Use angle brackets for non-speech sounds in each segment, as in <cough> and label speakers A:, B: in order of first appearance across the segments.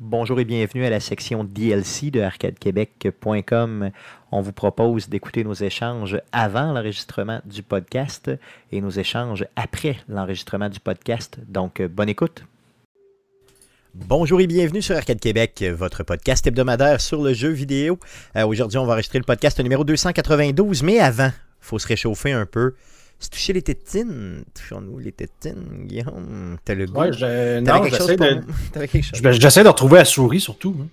A: Bonjour et bienvenue à la section DLC de arcadequebec.com. On vous propose d'écouter nos échanges avant l'enregistrement du podcast et nos échanges après l'enregistrement du podcast. Donc, euh, bonne écoute. Bonjour et bienvenue sur Arcade Québec, votre podcast hebdomadaire sur le jeu vidéo. Euh, Aujourd'hui, on va enregistrer le podcast numéro 292, mais avant, faut se réchauffer un peu. Se toucher les tétines. Touchons-nous les tétines, Guillaume. T'as le goût.
B: Ouais, je...
A: T'avais
B: non,
A: quelque,
B: j'essaie
A: chose pour
B: de...
A: moi? <laughs> T'avais quelque chose.
B: je- j'essaie de retrouver la souris surtout. hein.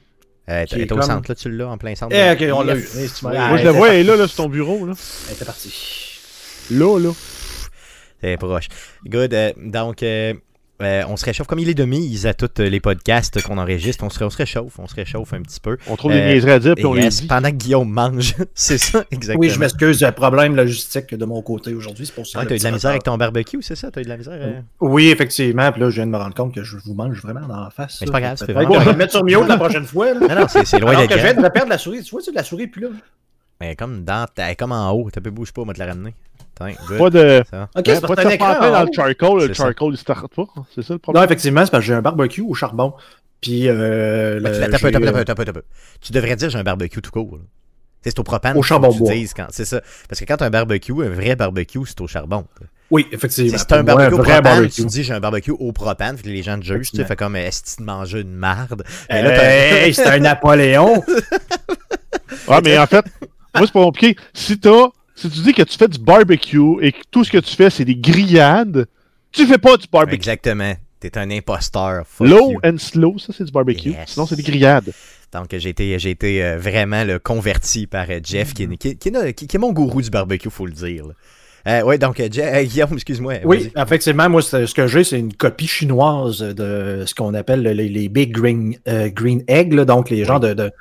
A: Euh,
B: qui
A: t'es
B: est
A: au
B: comme-
A: centre, là, tu l'as, en plein centre.
B: Eh, ok, on l'a eu.
A: Yes.
B: Eh, c'est
A: Ouais,
B: malade.
C: Moi, je la
A: Ben, c'est
C: vois, elle est là, là, sur ton bureau, là.
B: Elle était partie.
C: Là, là.
A: C'est proche. Good. euh, donc, euh, euh, on se réchauffe comme il est de mise à tous les podcasts qu'on enregistre. On se, on se réchauffe, on se réchauffe un petit peu.
C: On trouve
A: Euh,
C: des niaiseries à dire,
A: Et
C: puis on
A: yes,
C: les dit.
A: pendant que Guillaume mange, <laughs> c'est ça, exactement.
B: Oui, je m'excuse, le problème logistique de mon côté aujourd'hui, c'est pour ça.
A: Ouais,
B: le
A: t'as eu de la
B: petit
A: misère avec
B: retard.
A: ton barbecue, c'est ça? T'as eu de la misère? euh?
B: Oui, effectivement. Puis là, je viens de me rendre compte que je vous mange vraiment dans la face.
A: Mais c'est
B: là.
A: pas grave, c'est
B: Peut-être
A: pas
B: qu'on
A: grave.
B: va le mettre sur mute la prochaine fois. là.
A: <laughs> Non, non, c'est c'est loin
B: Alors que
A: d'être
B: je viens
A: grave.
B: de perdre la souris. Tu vois, tu sais, la souris est plus là.
A: Mais comme, dans ta- comme en haut, t'as peu bouge pas, on va te la ramener. Attends, good.
C: Pas de.
A: Ça.
B: Ok,
C: hein,
B: c'est parce
C: pas de
B: que t'as un
C: serpent
B: écran.
C: à pain
B: en
C: dans
B: haut.
C: le charcoal,
A: C'est
C: le
A: ça.
C: charcoal il start pas. C'est ça le
B: Non,
C: problème.
B: effectivement, c'est parce que j'ai un barbecue au charbon. Puis. euh,
A: Ah, tu
B: le-
A: l'as- t'as peu,
B: j'ai,
A: t'as peu,
B: euh,
A: t'as peu, t'as peu, t'as peu. Tu devrais dire j'ai un barbecue tout court. là. Tu sais, C'est au propane.
B: Au
A: faut que
B: charbon
A: tu
B: bois.
A: dises quand- C'est ça. Parce que quand t'as un barbecue, un vrai barbecue, c'est au charbon.
B: Oui,
A: Tu
B: effectivement.
A: sais, Si t'as un
B: Pour moi,
A: barbecue au propane,
B: barbecue.
A: tu te dis j'ai un barbecue au propane, fait que les gens te jugent, tu sais, fait comme euh, est-ce que tu manges une marde?
B: Euh,
A: Mais Eh, là, t'as-
B: Eh, Hey, c'est
A: <laughs>
B: un Napoléon.
C: Ah, mais en fait, <laughs> moi, c'est pas compliqué. Si t'as. Si tu dis que tu fais du barbecue et que tout ce que tu fais, c'est des grillades, tu fais pas du barbecue.
A: Exactement. T'es un imposteur. Fuck
C: Low
A: you.
C: and slow, ça, c'est du barbecue.
A: Yes.
C: Sinon, c'est des grillades.
A: Donc, j'ai été, j'ai été euh, vraiment le converti par euh, Jeff, qui, est- qui, est- qui est no- qui- qui est mon gourou du barbecue, faut le dire. oui, donc, euh, Jeff- <laughs> euh, Guillaume, excuse-moi.
B: Oui, effectivement, moi, c'est- ce que j'ai, c'est une copie chinoise de ce qu'on appelle les, les big green, euh, green egg, là, donc les genres de, de,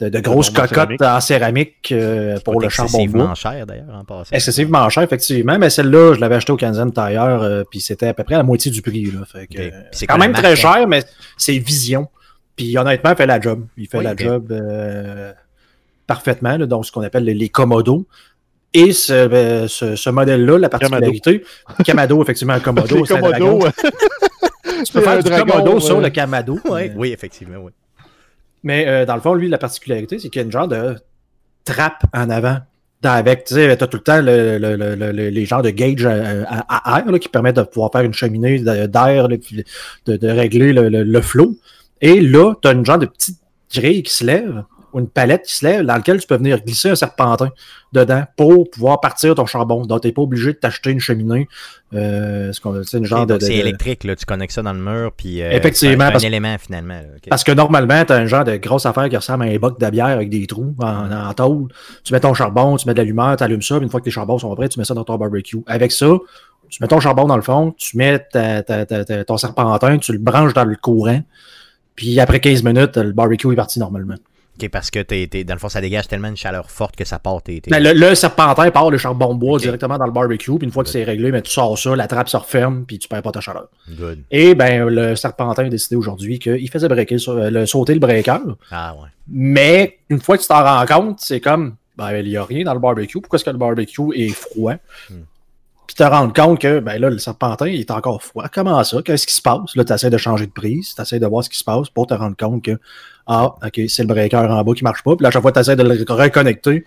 B: de- de grosses
C: bonbons en
B: cocottes en céramique euh, pour le charbon de bois. Eh,
A: Excessivement cher, d'ailleurs, en passant.
B: Excessivement cher, effectivement, mais celle-là, je l'avais achetée au Canadian Tire, euh, puis c'était à peu près la moitié du prix. Là, fait que,
A: Ok. Puis
B: euh,
A: c'est
B: c'est quand
A: quoi la
B: même très
A: marque,
B: cher, mais c'est vision. Puis honnêtement, il fait la job. Il fait
A: Oui,
B: la
A: ok.
B: job euh, parfaitement, là, donc ce qu'on appelle les, les commodos. Et ce, euh, ce- ce modèle-là, la particularité, Kamado, effectivement, un Komodo,
C: <laughs> Les
B: c'est un dragon.
C: commodos.
B: Tu peux faire
C: un
B: du
C: dragon,
B: Komodo sur
C: ouais.
B: le Kamado.
A: Ouais.
B: mais-
A: Oui, effectivement, oui.
B: Mais euh, dans le fond, lui, la particularité, c'est qu'il y a une genre de trappe en avant. Dans- avec, tu sais, t'as tout le temps le- le- le- le- le- les genres de gauge à, à- à air là, qui permettent de pouvoir faire une cheminée de- d'air, là, puis de, de régler le, le- le flot. Et là, t'as une genre de petite grille qui se lève, ou une palette qui se lève, dans laquelle tu peux venir glisser un serpentin dedans pour pouvoir partir ton charbon. Donc, t'es pas obligé de t'acheter une cheminée. Euh, ce qu'on- c'est une genre
A: Ok,
B: de-
A: donc,
B: de-
A: c'est
B: de,
A: électrique, là, tu connectes ça dans le mur, puis euh,
B: Effectivement,
A: c'est un- un,
B: parce-
A: élément, finalement. là, ok.
B: Parce que normalement, t'as un genre de grosse affaire qui ressemble à un boc de bière avec des trous en, en tôle. Tu mets ton charbon, tu mets de l'allumeur, tu allumes ça, puis une fois que tes charbons sont prêts, tu mets ça dans ton barbecue. Avec ça, tu mets ton charbon dans le fond, tu mets ta- ta- ta- ta- ton serpentin, tu le branches dans le courant, puis après 15 minutes, le barbecue est parti normalement.
A: Ok, parce que, t'es- t'es- dans le fond, ça dégage tellement une chaleur forte que ça part tes... tes-
B: Mais Ben, le, le serpentin part le charbon de bois
A: Ok.
B: directement dans le barbecue, puis une fois que c'est réglé, mais tu sors ça, la trappe se referme, puis tu perds pas ta chaleur.
A: Good.
B: Et ben le serpentin a décidé aujourd'hui qu'il faisait breaker sur- euh, le, sauter le breaker.
A: Ah, ouais.
B: Mais une fois que tu t'en rends compte, c'est comme, ben, il n'y a rien dans le barbecue. Pourquoi est-ce que le barbecue est froid?
A: Hmm.
B: Puis te rends compte que, ben là, le serpentin, il est encore froid. Comment ça? Qu'est-ce qui se passe? Là, tu essaies de changer de prise, tu essaies de voir ce qui se passe pour te rendre compte que, ah, OK, c'est le breaker en bas qui marche pas. Puis là, à chaque fois, tu essaies de le reconnecter.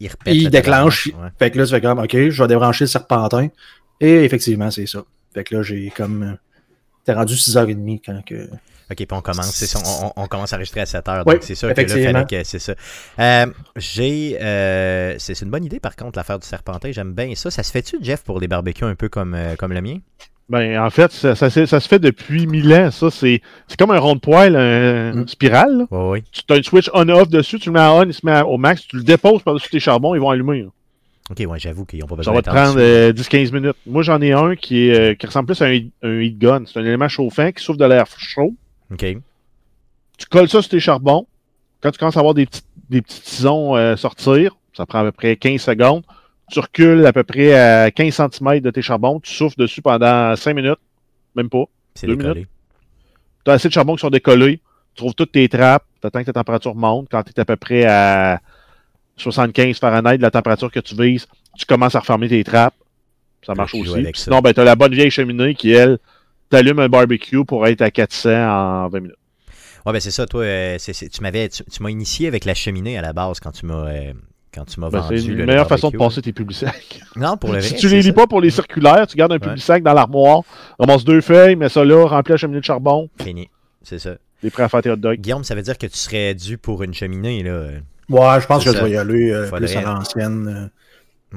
A: Il répète.
B: Il
A: le
B: déclenche.
A: déclenche, ouais.
B: Fait que là, tu fais comme, OK, je vais débrancher le serpentin. Et effectivement, c'est ça. Fait que là, j'ai comme. euh, T'es rendu 6h30 quand que.
A: OK, puis on commence. C'est ça, on, on- on commence à enregistrer à 7 heures.
B: Oui,
A: donc, c'est sûr que là, fallait
B: effectivement.
A: que. C'est ça. Euh, J'ai. euh, c'est c'est une bonne idée, par contre, l'affaire du serpentin. J'aime bien ça. Ça se fait-tu, Jeff, pour des barbecues un peu comme, euh, comme le mien?
C: Ben, en fait, ça, ça, c'est- ça se fait depuis mille ans, ça. C'est c'est comme un rond de poêle, un
B: Mm.
C: spirale, là.
A: Oui, oui.
C: Tu as une switch on-off dessus, tu le mets à on, il se met à- au max, tu le déposes par-dessus tes charbons, ils vont allumer. là.
A: OK, ouais, j'avoue qu'ils n'ont pas
C: Ça
A: besoin
C: va te
A: d'être en
C: prendre
A: dessous.
C: euh, 10-15 minutes. Moi, j'en ai un qui, est, euh, qui ressemble plus à un, un heat gun. C'est un élément chauffant qui souffle de l'air chaud.
A: OK.
C: Tu colles ça sur tes charbons. Quand tu commences à avoir des, petites- des petits tisons euh, sortir, ça prend à peu près 15 secondes. Tu recules à peu près à 15 cm de tes charbons. Tu souffles dessus pendant 5 minutes, même pas.
A: C'est
C: Deux
A: décollé.
C: Tu as assez de charbon qui sont décollés. Tu trouves toutes tes trappes. Tu attends que ta température monte. Quand tu es à peu près à 75 Fahrenheit de la température que tu vises, tu commences à refermer tes trappes. Ça
A: Là,
C: marche
A: tu joues
C: aussi.
A: avec
C: Puis
A: ça.
C: Sinon, ben, tu as la bonne vieille cheminée qui, elle, t'allume un barbecue pour être à 400 en 20 minutes.
A: Ouais, ben c'est ça, toi, euh, c'est- c'est- tu m'avais, tu, tu m'as initié avec la cheminée à la base quand tu m'as, euh, quand tu m'as
C: Ben,
A: vendu
C: c'est
A: le-
C: une
A: le
C: meilleure façon de
A: barbecue.
C: passer tes publics sacs.
A: Non, pour le
C: <laughs> si
A: vrai,
C: tu les
A: c'est
C: lis
A: ça.
C: pas pour les circulaires, tu gardes un public sac dans l'armoire, ramasse deux feuilles, mets ça là, remplis la cheminée de charbon,
A: Fini. C'est ça.
C: t'es prêt à faire tes hot dogs.
A: Guillaume, ça veut dire que tu serais dû pour une cheminée, là. Euh,
B: Ouais, je pense
A: C'est
B: que je
A: ça.
B: vais y aller euh,
A: Faudrait.
B: plus à l'ancienne. euh,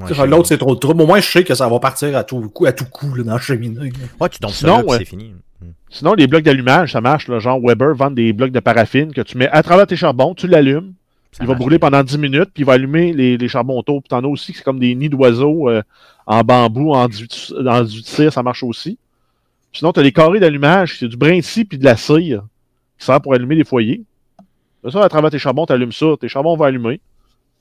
A: Ouais,
B: Tu sais,
A: cheminée.
B: L'autre, c'est trop de trouble. Au moins, je sais que ça va partir à tout coup, à tout coup là, dans la cheminée. là.
A: Ouais, tu tombes ça
C: Sinon,
A: là, puis
C: ouais.
A: c'est fini. Mm.
C: Sinon, les blocs d'allumage, ça marche. Là, genre Weber vend des blocs de paraffine que tu mets à travers tes charbons, tu l'allumes,
A: Ça
C: il va
A: marche.
C: brûler pendant 10 minutes, puis il va allumer les, les charbons autour. Puis t'en as aussi, que c'est comme des nids d'oiseaux euh, en bambou, en du, en du cire, ça marche aussi. Sinon, t'as les carrés d'allumage, c'est du brin de scie puis de la cire qui sert pour allumer les foyers. Ben Ça, à travers tes charbons, t'allumes ça, tes charbons vont allumer.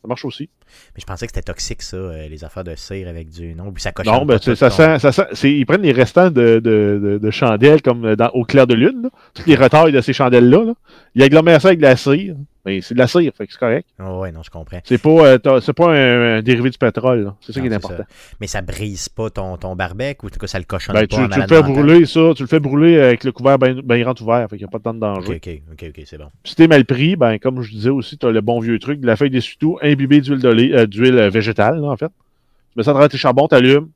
C: Ça marche aussi.
A: Mais je pensais que c'était toxique, ça, euh, les affaires de cire avec du. Non, puis ça coche.
C: Non, ben, tu sais, ça sent, ça sent- c'est- ils prennent les restants de, de- de- de chandelles comme dans, au clair de lune, là. tous les retards de ces chandelles-là. là. Ils agglomèrent ça avec de la cire. Mais c'est de la cire, fait que c'est correct.
A: ouais, non, je comprends.
C: C'est pas, euh, t'as- c'est pas un, un dérivé du pétrole. là. C'est ça
A: Non,
C: qui est
A: c'est
C: important.
A: Mais ça brise pas ton, ton barbecue ou en tout cas, ça le cochonne
C: Ben,
A: pas.
C: tu,
A: en
C: tu le
A: malade
C: fais
A: mental.
C: brûler, ça. Tu le fais brûler avec le couvert bien ben grand ouvert. Fait qu'il n'y a pas tant de
A: Ok,
C: danger.
A: ok, ok, ok, c'est bon.
C: Si t'es mal pris, ben, comme je disais aussi, t'as le bon vieux truc de la feuille d'essuie-tout imbibée d'huile d'oli- euh, d'huile euh, végétale, là, en fait. Tu mets ça dans tes charbons, t'allumes.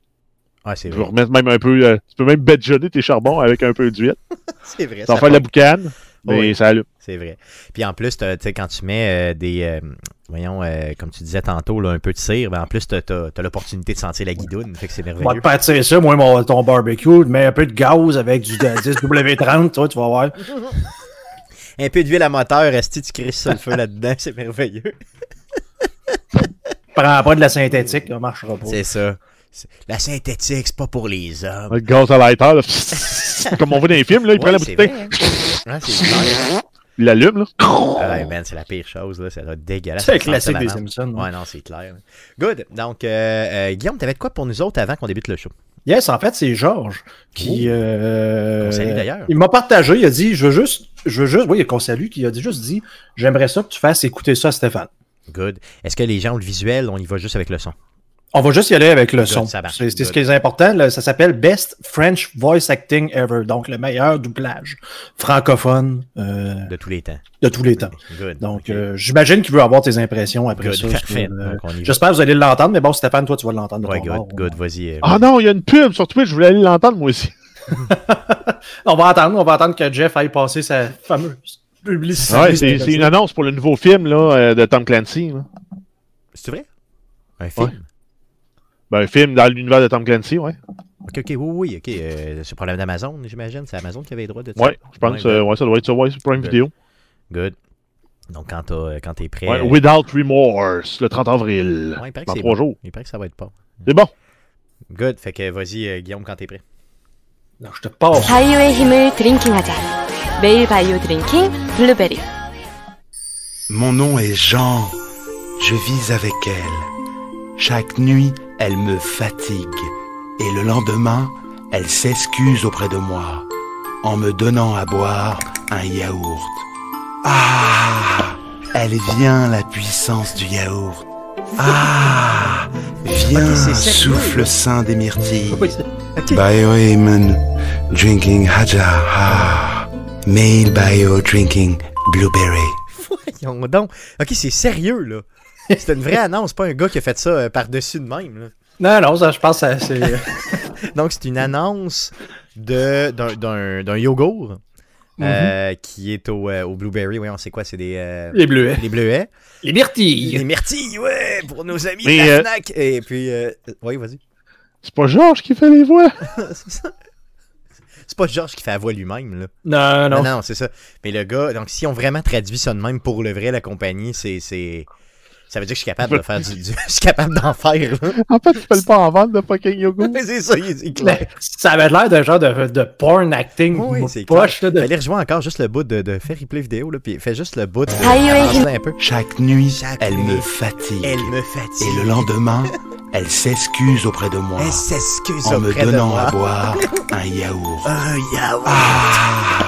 A: Ah, c'est
C: Tu peux
A: vrai.
C: remettre même un peu. euh, tu peux même badgeonner tes charbons avec un peu d'huile.
A: C'est vrai.
C: T'en
A: ça
C: fais de la
A: porte-
C: boucane, mais
A: Oui.
C: ça allume.
A: C'est vrai. Puis en plus, t'as- tu sais, quand tu mets euh, des. euh, voyons, euh, comme tu disais tantôt, là, un peu de cire, ben en plus, t'as as, l'opportunité de sentir la guidoune. Fait que c'est
B: On va te
A: merveilleux.
B: partir ça, moi, mon, ton barbecue. Mets un peu de <laughs> gaz avec du 10W30, toi, tu vas voir.
A: Un peu d'huile à moteur, esti, tu crisses ça le
B: <laughs>
A: feu là-dedans, c'est merveilleux.
B: Prends pas de la synthétique, ça marchera pas.
A: C'est ça. C'est- La synthétique, c'est pas pour les hommes.
C: Le gaz à lighter,
A: <laughs>
C: là, comme on voit dans les films, là, il prend la
A: c'est
C: bouteille,
A: vrai, hein. Ouais, c'est bizarre.
C: il l'allume, là.
A: Ah ouais, man, c'est la pire chose, là. Ça doit être dégueulasse.
B: C'est le
A: Ça sent
B: classique
A: la
B: des
A: marde.
B: Simpsons. hein.
A: Ouais, non, c'est clair. Good. Donc, euh, euh, Guillaume, t'avais de quoi pour nous autres avant qu'on débute le show?
B: Yes, en fait, c'est Georges qui. euh,
A: Oh. Qu'on salue d'ailleurs.
B: Il m'a partagé, il a dit Je veux juste. Je veux juste. Oui, qu'on salue, qui a dit, juste dit J'aimerais ça que tu fasses écouter ça à Stéphane.
A: Good. Est-ce que les gens ont le visuel? On y va juste avec le son.
B: On va juste y aller avec le son.
A: ça marche.
B: C'est c'est ce
A: Good.
B: qui est important. là. ça s'appelle Best French Voice Acting Ever. Donc, le meilleur doublage francophone euh,
A: De tous les temps.
B: de tous les temps.
A: Good.
B: Donc,
A: Ok.
B: euh, j'imagine qu'il veut avoir tes impressions après
A: Good,
B: ça.
A: parfait.
B: sur, euh,
A: Donc, on y va.
B: J'espère que vous allez l'entendre, mais bon, Stéphane, toi, tu vas l'entendre. de
A: Ouais,
B: ton
A: good,
B: bord.
A: good, vas-y. euh,
C: Ah non, il y a une pub sur Twitch, je voulais aller l'entendre, moi aussi.
B: On va attendre, on va attendre que Jeff aille passer sa fameuse publicité.
A: Ah
C: Ouais, <laughs> c'est c'est une annonce pour le nouveau film, là, euh, de Tom Clancy. là.
A: C'est vrai? Un film?
C: Ben, un film dans l'univers de Tom Clancy, ouais.
A: Ok, ok, oui, oui, ok. euh, c'est le problème d'Amazon, j'imagine. C'est Amazon qui avait les droits de ça.
C: Ouais, je pense,
A: Ouais,
C: euh, ouais, ça doit être ça, ouais, sur Prime
A: Good.
C: Video.
A: Good. Donc, quand t'as- euh, quand t'es prêt.
C: Ouais,
A: euh,
C: Without Remorse, le 30 avril.
A: ouais, il paraît que
C: Dans
A: c'est
C: trois
A: bon.
C: jours.
A: Il paraît que ça va être pas.
C: C'est bon.
A: Good. Fait que vas-y, euh, Guillaume, quand t'es prêt. <laughs>
B: Non, je te passe.
D: 바이오의 힘을 드링킹하자. 매일 바이오 드링킹 블루베리.
E: Mon nom est Jean. Je vis avec elle. Chaque nuit, elle me fatigue. Et le lendemain, elle s'excuse auprès de moi en me donnant à boire un yaourt. Ah Elle vient la puissance du yaourt. Ah Viens, souffle sain des myrtilles. Bioemen drinking haja. Ah. Male bio drinking blueberry.
A: Voyons donc. Ok, c'est sérieux, là. <laughs> C'était une vraie annonce, pas un gars qui a fait ça euh, par-dessus de même. là.
B: Non, non, ça, je pense que ça, c'est. euh,
A: Donc, c'est une annonce de, d'un, d'un, d'un yogourt
C: Mm-hmm.
A: euh, qui est au, euh, au blueberry. Oui, on sait quoi, c'est des. euh,
B: Les bleuets.
A: les bleuets.
B: Les myrtilles.
A: Les myrtilles, ouais, pour nos amis
C: Mais,
A: de la
C: euh,
A: Fnac. Et puis, euh, oui, vas-y. <laughs>
C: C'est pas Georges qui fait les voix.
A: C'est pas Georges qui fait la voix lui-même, là.
B: Non,
A: Non,
B: Ah non.
A: non, c'est ça. Mais le gars, donc si on vraiment traduit ça de même pour le vrai, la compagnie, c'est. c'est- Ça veut dire que je suis capable de faire du. du- <laughs> je suis capable d'en faire, là.
C: <laughs>
A: <laughs>
C: En fait, tu fais le pas en vente de fucking yoga.
A: Mais c'est ça, il est clair.
B: Mais ça avait l'air d'un genre de, de porn acting
A: Oui, c'est
B: poche.
A: clair.
B: Là, de...
A: Allez, rejoins encore juste le bout de, de faire replay vidéo, là, puis fais juste le bout de.
D: Aïe, aïe,
A: avance-le un peu.
E: Chaque nuit,
A: Chaque
E: elle
A: nuit,
E: me fatigue.
A: Elle me fatigue.
E: Et
A: <laughs>
E: le lendemain, elle s'excuse auprès de moi
A: Elle s'excuse
E: en me
A: auprès de
E: donnant
A: moi.
E: à boire un
A: <laughs>
E: yaourt.
A: Un yaourt.
E: Ah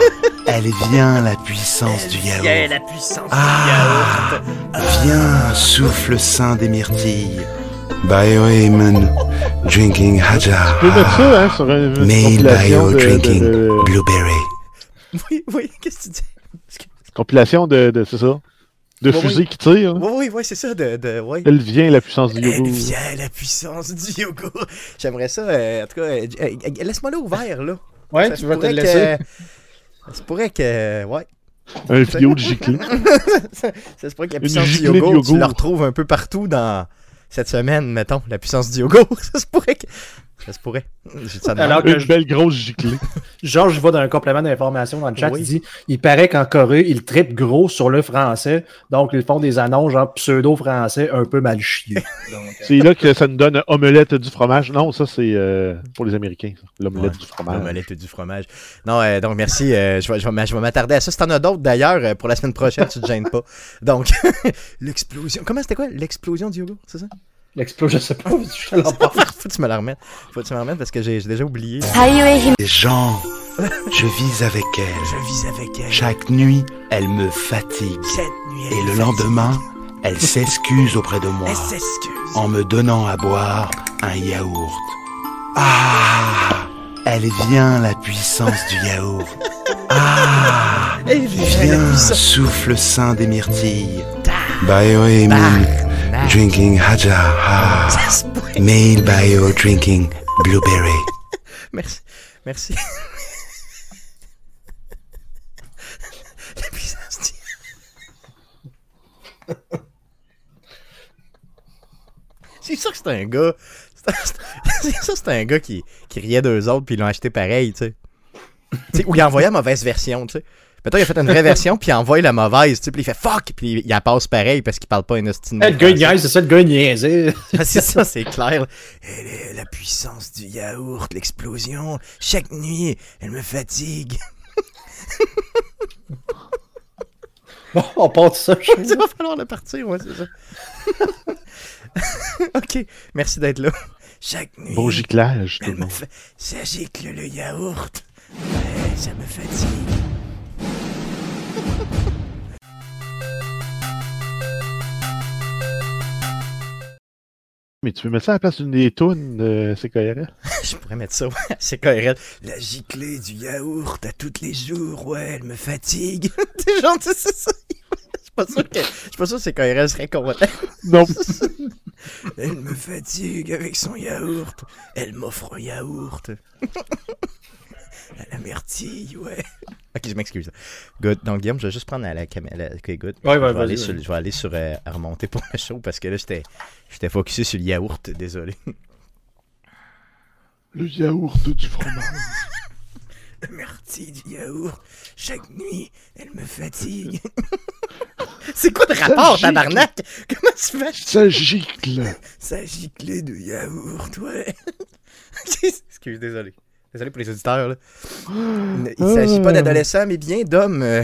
E: Elle vient la puissance du yaourt.
A: Viens, la puissance <laughs>
E: Ah.
A: du yaourt.
E: Viens, souffle saint des myrtilles. Bioemen,
C: <laughs>
E: drinking haja.
C: Tu peux mettre ça, hein, sur une, une
E: Male
C: compilation
E: bio
C: de- de-
E: drinking
C: de-
E: blueberry.
A: Oui, oui, qu'est-ce que tu dis? Excuse.
C: Compilation de, de- c'est ça, de
A: Ouais,
C: fusées qui tirent.
B: Hein?
C: hein.
A: Oui, oui, oui, c'est ça. De, de, ouais.
C: Elle vient la puissance du
A: Elle <laughs>
C: yogourt.
A: vient la puissance du yoga. <laughs> J'aimerais ça. euh, en tout cas, euh, euh, euh, laisse-moi là ouvert, là.
B: Ouais,
A: Ça
B: tu
A: se
B: vas te le
A: pourrait
B: laisser.
A: que- Ça se pourrait que. Ouais.
C: Un vidéo de giclée.
A: Ça se pourrait que la
C: Une
A: puissance du
C: giclée de
A: yogourt, tu
C: yogourt.
A: la retrouves un peu partout dans cette semaine, mettons. La puissance du yogourt. <laughs> Ça se pourrait que. Ça se pourrait. J'ai dit ça de même.
B: Alors que
C: Une
B: je-
C: belle grosse giclée.
B: Georges va dans un complément d'information dans le chat.
A: Oui.
B: Il dit il paraît qu'en Corée, ils tripent gros sur le français. Donc, ils font des annonces genre pseudo-français un peu mal <laughs> chiés.
C: C'est là que ça nous donne un omelette du fromage. Non, ça, c'est euh, pour les Américains, ça. l'omelette
A: Ouais,
C: du
A: Ah,
C: fromage.
A: Omelette et du fromage. Non, euh, donc merci. euh, je vais, je vais m'a- je vais m'attarder à ça. Si t'en as d'autres d'ailleurs, euh, pour la semaine prochaine, tu te gênes pas. Donc, <laughs> l'explosion. Comment c'était quoi L'explosion du yogourt, c'est ça
B: L'explosion, je sais pas. Je te l'emporte.
A: <laughs> Faut que tu me la remettes. Faut que tu me la remettes parce que j'ai j'ai déjà oublié.
D: 俳優へひ
E: Les gens, je vis avec elle.
A: Je vis avec elle.
E: Chaque nuit, elle me fatigue.
A: Cette nuit,
E: Et le lendemain, elle s'excuse auprès
A: <laughs>
E: de moi
A: s'excuse.
E: en me donnant à boire un yaourt. Ah Elle vient la puissance du yaourt. Ah
A: Elle Bah. vient la
E: Viens,
A: puissance.
E: souffle sain des myrtilles. Bah Bayoe
A: Barnac.
E: drinking haja. ha.
A: Bah, Ça se pourrait.
E: Male bio drinking blueberry.
A: Merci. Merci. <laughs> la puissance du C'est sûr que c'est un gars. c'est- C'est sûr que c'est un gars qui, qui riait d'eux autres puis ils l'ont acheté pareil, tu sais. Tu sais. Ou il a envoyé la mauvaise version, tu sais. Mettons, il a fait une vraie version puis il envoie la mauvaise, tu sais. Puis il fait fuck puis il la passe pareil parce qu'il parle pas un hostile.
B: <laughs> le gars, il niaise, c'est ça, le gars, il niaisait. <laughs>
A: Ah, c'est ça, c'est clair. Elle est la puissance du yaourt, l'explosion. Chaque nuit, elle me fatigue. <laughs>
B: Bon, on part de ça. je-
A: Il va falloir la partir, moi, c'est ça. <laughs> ok, merci d'être là. Chaque nuit,
C: Beau giclage, tout
A: elle
C: le
A: me
C: monde.
A: fa... ça gicle le yaourt. Ouais, ça me fatigue. <laughs>
C: Mais tu veux mettre ça à la place d'une des tunes de CKRL?
A: Je pourrais mettre ça, ouais, c'est cohérent. La giclée du yaourt à tous les jours, ouais, elle me fatigue. <laughs> T'es gentil, c'est ça. <laughs> Je suis pas sûr que, je suis pas sûr que c'est cohérent, je serais content.
C: Non.
A: Elle me fatigue avec son yaourt. Elle m'offre un <laughs> yaourt. à la myrtille, ouais. Ok, je m'excuse. Good. Donc, Guillaume, je vais juste prendre à la caméra. Ok, good.
B: Ouais, ouais,
A: je, vais
B: vas-y,
A: aller
B: vas-y.
A: sur, je vais aller sur euh, à remonter pour le show parce que là, j'étais j'étais focusé sur le yaourt. Désolé.
C: Le yaourt du fromage.
A: La myrtille du yaourt. Chaque nuit, elle me fatigue. <laughs> C'est quoi le rapport,
C: gicle.
A: tabarnak? Comment tu fais?
C: Ça gicle.
A: Ça gicle de yaourt, ouais. <laughs> Excuse, désolé. Désolé pour les auditeurs, là. Il
C: Ah.
A: ne s'agit pas d'adolescents, mais bien d'hommes euh,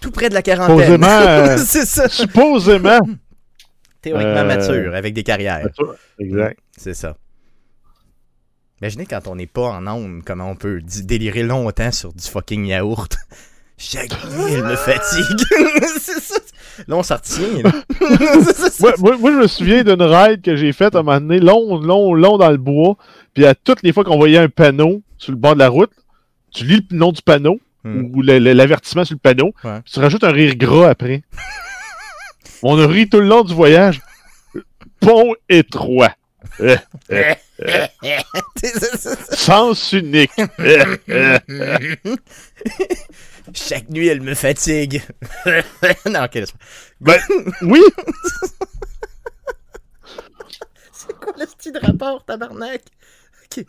A: tout près de la quarantaine.
C: Posément, euh,
A: <laughs> C'est ça.
C: Supposément.
A: Théoriquement
C: Euh,
A: matures, avec des carrières.
C: Exact.
A: C'est ça. Imaginez quand on n'est pas en onde, comment on peut d- délirer longtemps sur du fucking yaourt. <laughs> Chaque nuit, il me fatigue. <laughs> C'est ça. Là, on s'en retient. là. <laughs> C'est ça.
C: Moi, moi, moi, je me souviens d'une ride que j'ai faite à un moment donné, long, long, long dans le bois. Puis à toutes les fois qu'on voyait un panneau sur le bord de la route, tu lis le nom du panneau
A: Hmm.
C: ou le- le- l'avertissement sur le panneau,
A: Ouais.
C: puis tu rajoutes un rire gras après. On a ri tout le long du voyage. Pont étroit. Euh,
A: <laughs> C'est ça. <laughs>
C: Sens unique.
A: <laughs> Chaque nuit, elle me fatigue. <laughs> non, ok, laisse-moi.
C: Ben,
A: <laughs>
C: oui,
A: C'est quoi le style de rapport, tabarnak? Ok.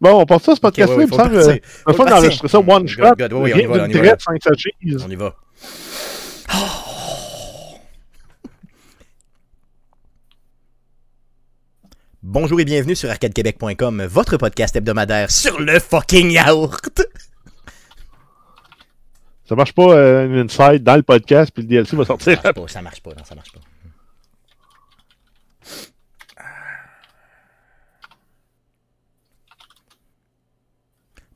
C: bon, on part ça, ce podcast-là,
A: ouais,
C: il
A: faut
C: me semble.
A: partir.
C: euh,
A: Faut
C: Le fun
A: partir.
C: d'enregistrer ça one
A: God,
C: shot.
A: God, oui, on y va, on y va.
C: Direct, cinq sachets.
A: On y va. Bonjour et bienvenue sur arcadequebec.com, votre podcast hebdomadaire sur le fucking yaourt.
C: Ça marche pas, euh, une inside dans le podcast, puis le DLC va sortir
A: <laughs> Ça marche pas, ça marche pas, non, ça marche pas.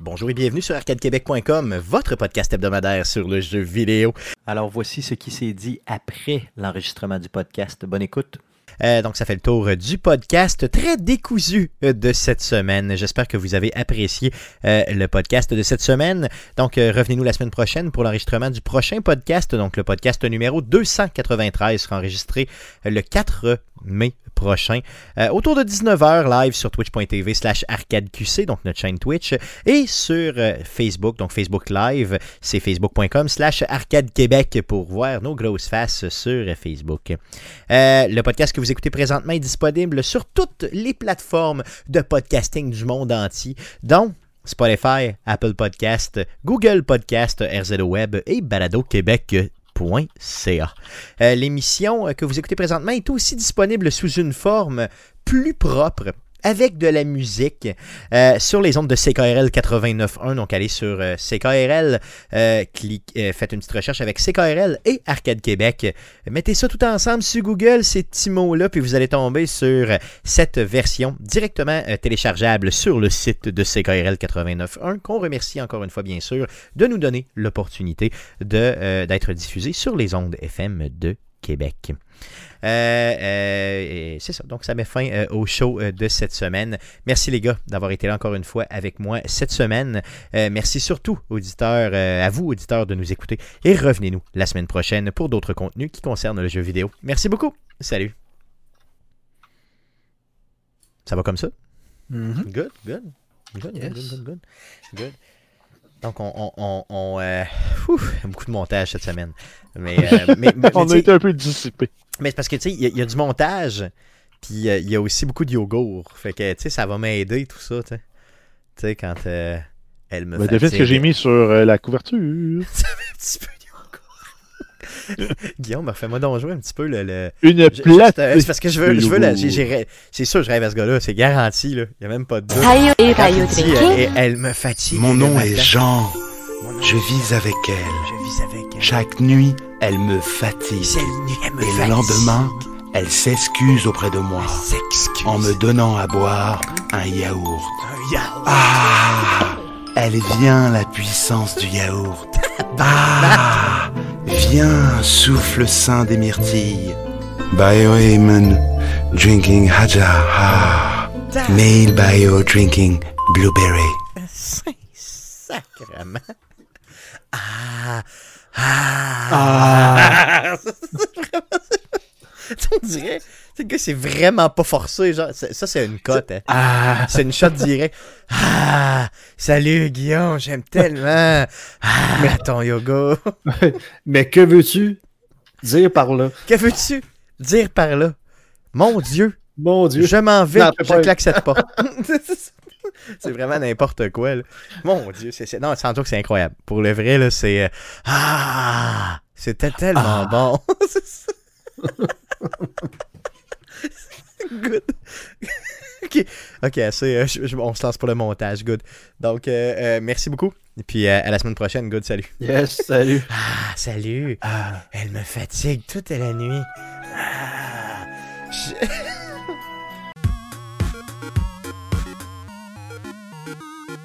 A: Bonjour et bienvenue sur arcadequebec.com, votre podcast hebdomadaire sur le jeu vidéo.
F: Alors voici ce qui s'est dit après l'enregistrement du podcast. Bonne écoute.
A: Euh, donc, ça fait le tour euh, du podcast très décousu euh, de cette semaine. J'espère que vous avez apprécié euh, le podcast de cette semaine. Donc, euh, revenez-nous la semaine prochaine pour l'enregistrement du prochain podcast. Donc, le podcast numéro 293 sera enregistré euh, le 4 mai prochain euh, autour de 19h live sur twitch.tv slash arcadeqc, donc notre chaîne Twitch, et sur euh, Facebook, donc Facebook Live, c'est facebook.com slash arcade Québec pour voir nos grosses faces sur euh, Facebook. Euh, le podcast que vous écoutez présentement est disponible sur toutes les plateformes de podcasting du monde entier, dont Spotify, Apple Podcast, Google Podcast, RZO Web et baladoquebec.ca. Euh, L'émission euh, que vous écoutez présentement est aussi disponible sous une forme plus propre avec de la musique euh, sur les ondes de CKRL 89.1. Donc, allez sur euh, CKRL, euh, clique- euh, faites une petite recherche avec CKRL et Arcade Québec. Mettez ça tout ensemble sur Google, ces petits mots-là, puis vous allez tomber sur cette version directement euh, téléchargeable sur le site de CKRL 89.1, qu'on remercie encore une fois, bien sûr, de nous donner l'opportunité de, euh, d'être diffusé sur les ondes FM de Québec. Euh, euh, et c'est ça. Donc, ça met fin euh, au show euh, de cette semaine. Merci, les gars, d'avoir été là encore une fois avec moi cette semaine. Euh, merci surtout, auditeurs, euh, à vous, auditeurs, de nous écouter. Et revenez-nous la semaine prochaine pour d'autres contenus qui concernent le jeu vidéo. Merci beaucoup. Salut. Ça va comme ça?
B: Mm-hmm.
A: Good, good. Good,
B: Yes.
A: good, good, good, good. Donc, on, on, on, on, euh, ouf, beaucoup de montage cette semaine. <laughs> Mais, euh, mais, mais-
C: On
A: mais
C: a
A: tu-
C: été un peu dissipé.
A: mais c'est parce que, tu sais, il y, a- il y a du montage, puis euh, il y a aussi beaucoup de yogourt. Fait que, tu sais, ça va m'aider, tout ça, tu sais. Tu sais, quand euh, elle me
C: Mais
A: fait
C: devine Bah, ce que j'ai mis sur euh, la couverture.
A: Un petit peu de yogourt. <laughs> Guillaume, fais-moi donc jouer un petit peu le... le...
C: Une
A: Je-
C: plate.
A: c'est- c'est parce que je veux, je veux la-
C: yogourt.
A: j'ai- j'ai rê- C'est sûr que je rêve à ce gars-là, c'est garanti, là. Il n'y a même pas de doute.
D: 海洋映
A: Quand
D: 画を
A: il
D: 追
A: dit, euh,
D: 求
A: et elle me fatigue.
E: Mon
A: le
E: nom
A: matin.
E: est Jean,
A: Mon nom,
E: je vis avec elle.
A: je vis avec elle.
E: Chaque nuit, elle me fatigue.
A: Cette nuit, elle me
E: Et le
A: fatigue. Ah,
E: lendemain, elle s'excuse auprès de moi
A: Elle s'excuse.
E: en me donnant à boire un yaourt.
A: Un yaourt.
E: Ah Elle vient la puissance du yaourt. Ah Viens, souffle saint des myrtilles. Bioemen drinking haja. Ah. Male bio drinking blueberry.
A: Sacrement. Ah. Ah. <laughs> Tu sais, on dirait. tu sais, le gars, c'est vraiment pas forcé. Genre, ça, ça, c'est une cote. hein. C'est une shot direct. Ah. Salut, Guillaume, j'aime tellement. Ah. Ton yoga. <laughs>
B: Mais que veux-tu dire par là?
A: Que veux-tu dire par là? Mon Dieu,
B: Mon Dieu.
A: je m'en vais,
B: Non, fais
A: je
B: pas-
A: claque cette porte. c'est vraiment n'importe quoi. là. Mon Dieu, c'est, c'est... non, sans joke, c'est incroyable. Pour le vrai, là, c'est euh, ah, c'était tellement bon. C'est ça. good. <laughs> ok, ok, assez. euh, je- je- on se lance pour le montage, good. Donc, euh, euh, merci beaucoup. Et puis euh, à la semaine prochaine, good. Salut.
B: Yes, salut.
A: Ah, salut! Elle me fatigue toute la nuit. Ah, je-